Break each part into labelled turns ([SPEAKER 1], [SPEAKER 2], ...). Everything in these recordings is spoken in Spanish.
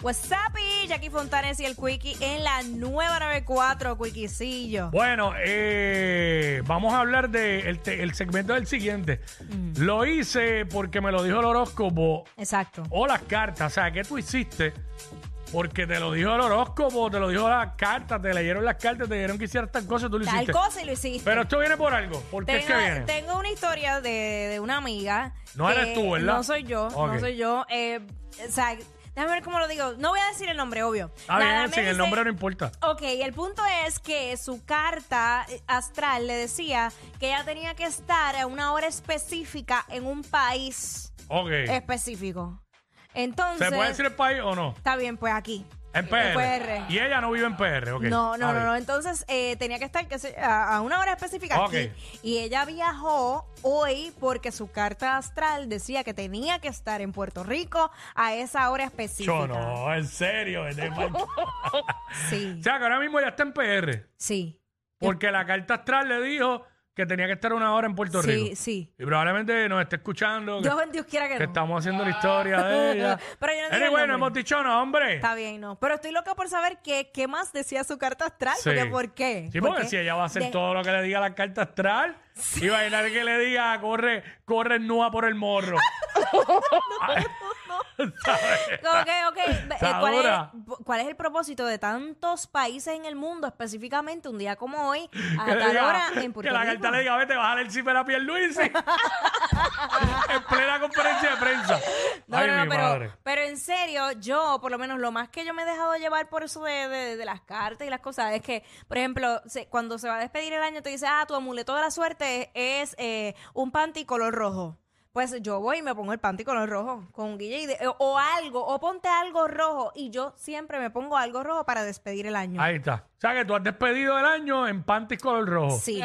[SPEAKER 1] What's up, y Jackie Fontanes y el Quickie en la nueva 94, Quickiecillo.
[SPEAKER 2] Bueno, eh, vamos a hablar del el te- el segmento del siguiente.
[SPEAKER 1] Mm.
[SPEAKER 2] Lo hice porque me lo dijo el horóscopo
[SPEAKER 1] Exacto.
[SPEAKER 2] o las cartas. O sea, ¿qué tú hiciste? Porque te lo dijo el horóscopo, te lo dijo las cartas, te leyeron las cartas, te dijeron que hicieras tal cosa y tú lo
[SPEAKER 1] Tal
[SPEAKER 2] hiciste.
[SPEAKER 1] cosa y lo hiciste.
[SPEAKER 2] Pero esto viene por algo. ¿Por qué es que
[SPEAKER 1] tengo,
[SPEAKER 2] viene?
[SPEAKER 1] tengo una historia de, de una amiga.
[SPEAKER 2] No
[SPEAKER 1] que
[SPEAKER 2] eres tú, ¿verdad?
[SPEAKER 1] No soy yo,
[SPEAKER 2] Ok.
[SPEAKER 1] no soy yo. Eh, o sea, déjame ver cómo lo digo. No voy a decir el nombre, obvio.
[SPEAKER 2] Está
[SPEAKER 1] Nada,
[SPEAKER 2] bien,
[SPEAKER 1] me
[SPEAKER 2] sin el
[SPEAKER 1] dice-
[SPEAKER 2] nombre no importa.
[SPEAKER 1] Ok, el punto es que su carta eh, astral le decía que ella tenía que estar a una hora específica en un país
[SPEAKER 2] Ok.
[SPEAKER 1] específico. Entonces,
[SPEAKER 2] ¿Se puede decir el país o no?
[SPEAKER 1] está bien, pues aquí.
[SPEAKER 2] En PR.
[SPEAKER 1] PR.
[SPEAKER 2] Y ella no vive en PR, ok.
[SPEAKER 1] No, no,
[SPEAKER 2] Está
[SPEAKER 1] no,
[SPEAKER 2] bien.
[SPEAKER 1] no. Entonces eh, tenía que estar qué sé, a, a una hora específica
[SPEAKER 2] Ok.
[SPEAKER 1] aquí. Y ella viajó hoy porque su carta astral decía que tenía que estar en Puerto Rico a esa hora específica.
[SPEAKER 2] Yo no, en serio. este es de mal- o
[SPEAKER 1] Sí,
[SPEAKER 2] sea, que ahora mismo ya está en PR.
[SPEAKER 1] sí,
[SPEAKER 2] Porque la carta astral le dijo que tenía que estar una hora en Puerto
[SPEAKER 1] sí,
[SPEAKER 2] Rico.
[SPEAKER 1] sí.
[SPEAKER 2] Y probablemente nos esté escuchando. Que,
[SPEAKER 1] Dios, Dios quiera que no.
[SPEAKER 2] que estamos haciendo la historia de ella.
[SPEAKER 1] Pero yo no digo el
[SPEAKER 2] Anyway, no
[SPEAKER 1] nombre.
[SPEAKER 2] hemos dicho no, hombre.
[SPEAKER 1] Está bien, no. Pero estoy loca por saber qué, qué más decía su carta astral.
[SPEAKER 2] Sí.
[SPEAKER 1] Porque, ¿Por qué?
[SPEAKER 2] Sí, porque si ella va a hacer
[SPEAKER 1] de-
[SPEAKER 2] todo lo que le diga la carta astral, y bailar que le diga, corre, corre nua por el morro. ¿Sabes?
[SPEAKER 1] Ok, ok. Eh,
[SPEAKER 2] Está
[SPEAKER 1] ¿cuál,
[SPEAKER 2] dura.
[SPEAKER 1] es, cuál es el propósito de tantos países en el mundo, específicamente un día como hoy, a
[SPEAKER 2] Que, le
[SPEAKER 1] tal
[SPEAKER 2] diga-
[SPEAKER 1] hora en
[SPEAKER 2] que
[SPEAKER 1] Puerto
[SPEAKER 2] la
[SPEAKER 1] Rico?
[SPEAKER 2] carta le diga, vete, bájale el ciber a Pierluisi. en plena conferencia de prensa.
[SPEAKER 1] No,
[SPEAKER 2] Ay,
[SPEAKER 1] no, no,
[SPEAKER 2] mi
[SPEAKER 1] pero,
[SPEAKER 2] madre.
[SPEAKER 1] pero en serio, yo, por lo menos, lo más que yo me he dejado llevar por eso de, de- de las cartas y las cosas es que, por ejemplo, se- cuando se va a despedir el año, te dice, ah, tu amuleto de la suerte es eh, un panty color rojo. Pues yo voy y me pongo el panty color rojo con Guille y de- o algo, o ponte algo rojo. Y yo siempre me pongo algo rojo para despedir el año.
[SPEAKER 2] Ahí está. O sea, que tú has despedido el año en panties color rojo.
[SPEAKER 1] Sí.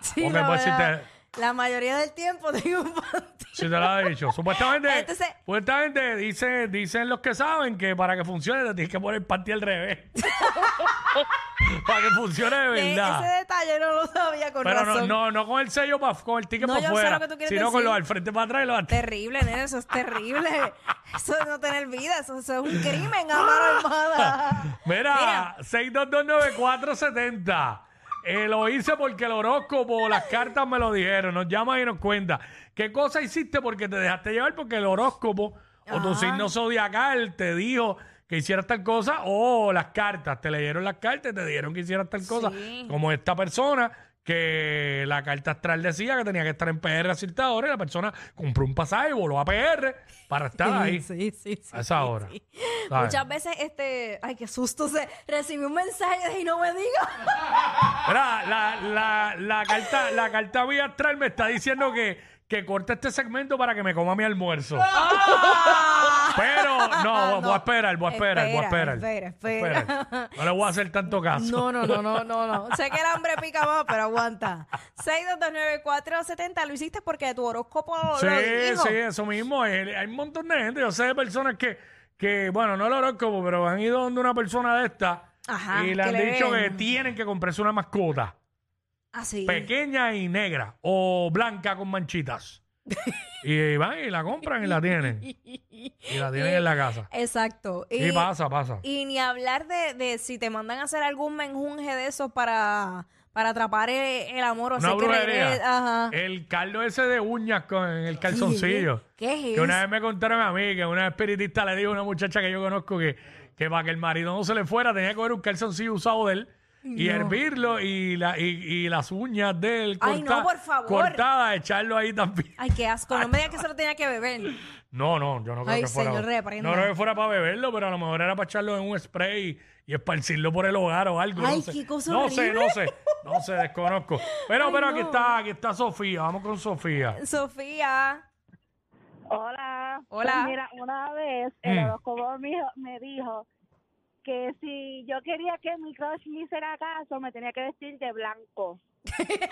[SPEAKER 1] Sí,
[SPEAKER 2] Ok,
[SPEAKER 1] la,
[SPEAKER 2] pues, si
[SPEAKER 1] verdad,
[SPEAKER 2] te-
[SPEAKER 1] la mayoría del tiempo tengo un panty.
[SPEAKER 2] Si te lo ha dicho. Supuestamente,
[SPEAKER 1] Entonces-
[SPEAKER 2] supuestamente dice, dicen los que saben que para que funcione te tienes que poner el panty al revés. para que funcione de
[SPEAKER 1] Eh, Ese
[SPEAKER 2] verdad.
[SPEAKER 1] detalle no lo sabía con
[SPEAKER 2] Pero no,
[SPEAKER 1] razón.
[SPEAKER 2] no, no con el sello para con el ticket
[SPEAKER 1] No,
[SPEAKER 2] para
[SPEAKER 1] yo sé lo
[SPEAKER 2] afuera.
[SPEAKER 1] que tú quieres
[SPEAKER 2] Sino con
[SPEAKER 1] decir.
[SPEAKER 2] los al frente para atrás y los al-
[SPEAKER 1] Terrible, nene, eso es terrible. Eso es no tener vida, eso, eso es un crimen a mano armada.
[SPEAKER 2] Mira,
[SPEAKER 1] Mira.
[SPEAKER 2] 6229470. Eh, lo hice porque el horóscopo, las cartas me lo dijeron. Nos llama y nos cuenta. ¿Qué cosa hiciste porque te dejaste llevar? Porque el horóscopo o tu signo zodiacal te dijo que hicieras tal cosa o las cartas. Te leyeron las cartas y te dijeron que hicieras tal cosa. Como esta persona que la carta astral decía que tenía que estar en PR a cierta hora y la persona compró un pasaje y voló a PR para estar ahí
[SPEAKER 1] Sí, sí, sí.
[SPEAKER 2] a esa hora. ¿Sabes?
[SPEAKER 1] Muchas veces, este, ay, qué susto, se recibí un mensaje de, y no me diga.
[SPEAKER 2] Mira, la, la, la carta, la carta vía astral me está diciendo que, que corte este segmento para que me coma mi almuerzo. ¡Ah! Pero no, voy a esperar, voy a esperar, voy a
[SPEAKER 1] Ah, Espera,
[SPEAKER 2] esperar.
[SPEAKER 1] espera, espera.
[SPEAKER 2] Esperar. No le voy a hacer tanto caso.
[SPEAKER 1] No, no, no, no, no, no. Sé que el hambre pica más, pero aguanta. 6229470, lo hiciste porque tu horóscopo lo
[SPEAKER 2] Sí,
[SPEAKER 1] dijo.
[SPEAKER 2] sí, eso mismo. El- Hay un montón de gente, yo sé de personas que, que bueno, no el horóscopo, pero han ido donde una persona de esta
[SPEAKER 1] Ajá,
[SPEAKER 2] y le
[SPEAKER 1] que
[SPEAKER 2] han
[SPEAKER 1] le Ah,
[SPEAKER 2] dicho
[SPEAKER 1] ven.
[SPEAKER 2] que tienen que comprarse una mascota.
[SPEAKER 1] Así.
[SPEAKER 2] pequeña y negra o blanca con manchitas. y van y la compran y la tienen. Y la tienen en la casa.
[SPEAKER 1] Exacto.
[SPEAKER 2] Y pasa, pasa.
[SPEAKER 1] Y ni hablar de, de si te mandan a hacer algún menjunje de esos para, para atrapar e, el, el amor o
[SPEAKER 2] Una
[SPEAKER 1] hacer que regre-
[SPEAKER 2] brujería.
[SPEAKER 1] ajá.
[SPEAKER 2] El caldo ese de uñas con el calzoncillo.
[SPEAKER 1] ¿Qué es
[SPEAKER 2] Que
[SPEAKER 1] eso?
[SPEAKER 2] una vez me contaron a mí que una espiritista le dijo a una muchacha que yo conozco que, que para que el marido no se le fuera tenía que coger un calzoncillo usado de él y hervirlo y, la, y, y las uñas de él
[SPEAKER 1] Ay, no,
[SPEAKER 2] corta-
[SPEAKER 1] por favor.
[SPEAKER 2] cortadas, echarlo ahí también.
[SPEAKER 1] Ay, qué asco. No me digas que se lo tenía que beber.
[SPEAKER 2] No, no, yo no creo
[SPEAKER 1] Ay,
[SPEAKER 2] que fuera.
[SPEAKER 1] señor, reprenda.
[SPEAKER 2] No creo que fuera para beberlo, pero a lo mejor era para echarlo en un spray y, y esparcirlo por el hogar o algo.
[SPEAKER 1] Ay,
[SPEAKER 2] no sé.
[SPEAKER 1] qué cosa
[SPEAKER 2] No sé,
[SPEAKER 1] horrible.
[SPEAKER 2] no sé, no sé, desconozco. Pero,
[SPEAKER 1] Ay,
[SPEAKER 2] pero
[SPEAKER 1] no.
[SPEAKER 2] aquí está, aquí está Sofía, vamos con Sofía.
[SPEAKER 1] Sofía.
[SPEAKER 3] Hola. Pues
[SPEAKER 1] Hola.
[SPEAKER 3] Mira, una vez el
[SPEAKER 2] Mm.
[SPEAKER 3] horóscopo me dijo, me dijo que si yo quería que mi crush me hiciera caso, me tenía que vestir de blanco.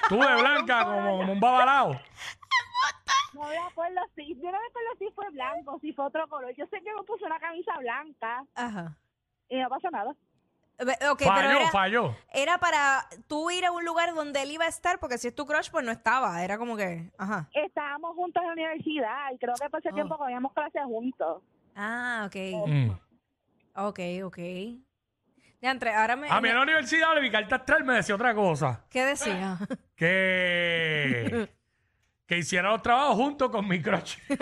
[SPEAKER 2] Tú de blanca como, como un babalao.
[SPEAKER 3] No me acuerdo si, yo no me acuerdo si fue blanco, si fue otro color. Yo sé que me puse una camisa blanca
[SPEAKER 1] Ajá.
[SPEAKER 3] y no pasó nada.
[SPEAKER 1] Ve- Ok, pero
[SPEAKER 2] falló,
[SPEAKER 1] era,
[SPEAKER 2] falló.
[SPEAKER 1] era para tú ir a un lugar donde él iba a estar, porque si es tu crush, pues no estaba. Era como que, ajá.
[SPEAKER 3] Estábamos juntos en la universidad y creo que por ese
[SPEAKER 1] Oh.
[SPEAKER 3] tiempo cogíamos clases juntos.
[SPEAKER 1] Ah, ok.
[SPEAKER 2] Mm.
[SPEAKER 1] Ok, ok. Ya entre, ahora me.
[SPEAKER 2] A mí en la universidad, mi carta astral me decía otra cosa.
[SPEAKER 1] ¿Qué decía?
[SPEAKER 2] Que, que hiciera los trabajos junto con mi crush.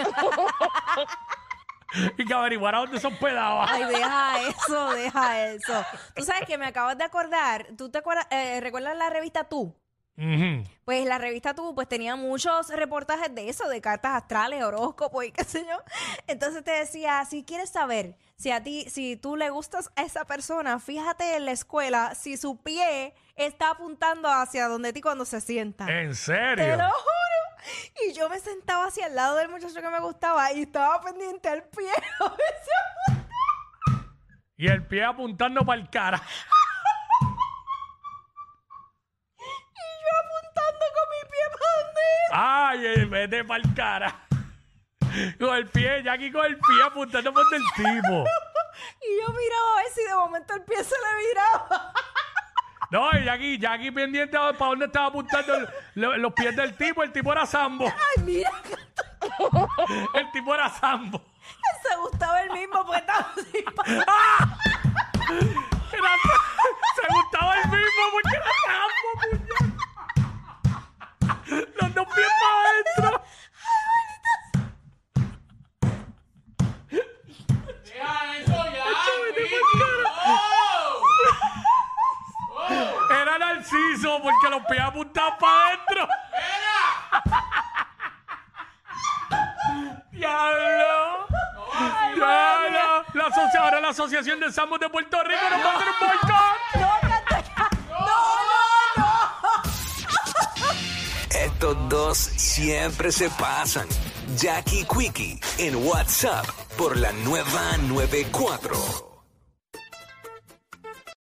[SPEAKER 2] y que averiguara dónde se hospedaba.
[SPEAKER 1] Ay, deja eso, deja eso. Tú sabes que me acabas de acordar, ¿tú te acuerdas, eh, recuerdas la revista Tú?
[SPEAKER 2] Ujú.
[SPEAKER 1] Pues la revista Tú pues tenía muchos reportajes de eso, de cartas astrales, horóscopos y qué sé yo. Entonces te decía, si quieres saber si a ti, si tú le gustas a esa persona, fíjate en la escuela si su pie está apuntando hacia donde ti cuando se sienta.
[SPEAKER 2] ¿En
[SPEAKER 1] Te
[SPEAKER 2] serio?
[SPEAKER 1] lo juro. Y yo me sentaba hacia el lado del muchacho que me gustaba y estaba pendiente al pie. a veces.
[SPEAKER 2] Y el pie apuntando para el cara.
[SPEAKER 1] yo apuntando con mi pie para donde él.
[SPEAKER 2] Ay, el- vete para el cara. Con el pie, Jackie con el pie apuntando por el tipo.
[SPEAKER 1] Y yo miraba a ver si de momento el pie se le viraba.
[SPEAKER 2] No, y Jackie, Jackie pendiente a para dónde estaba apuntando el- lo- los pies del tipo. El tipo era Sambo.
[SPEAKER 1] Ay, mira,
[SPEAKER 2] El tipo era Sambo.
[SPEAKER 1] se gustaba el mismo porque estaba así.
[SPEAKER 2] Era- se gustaba el mismo porque era Sambo, puñeta. Los dos pies para adentro.
[SPEAKER 4] Deja eso ya, Luigi, no. Oh,
[SPEAKER 2] Era Narciso porque los pies apuntaban para adentro.
[SPEAKER 4] espera.
[SPEAKER 2] ¡Diablo! ¡Diablo! La asoci- ahora la Asociación de Samos de Puerto Rico nos va a hacer un boicot.
[SPEAKER 5] Estos dos siempre se pasan. Jackie Quickie en WhatsApp por la nueva 94.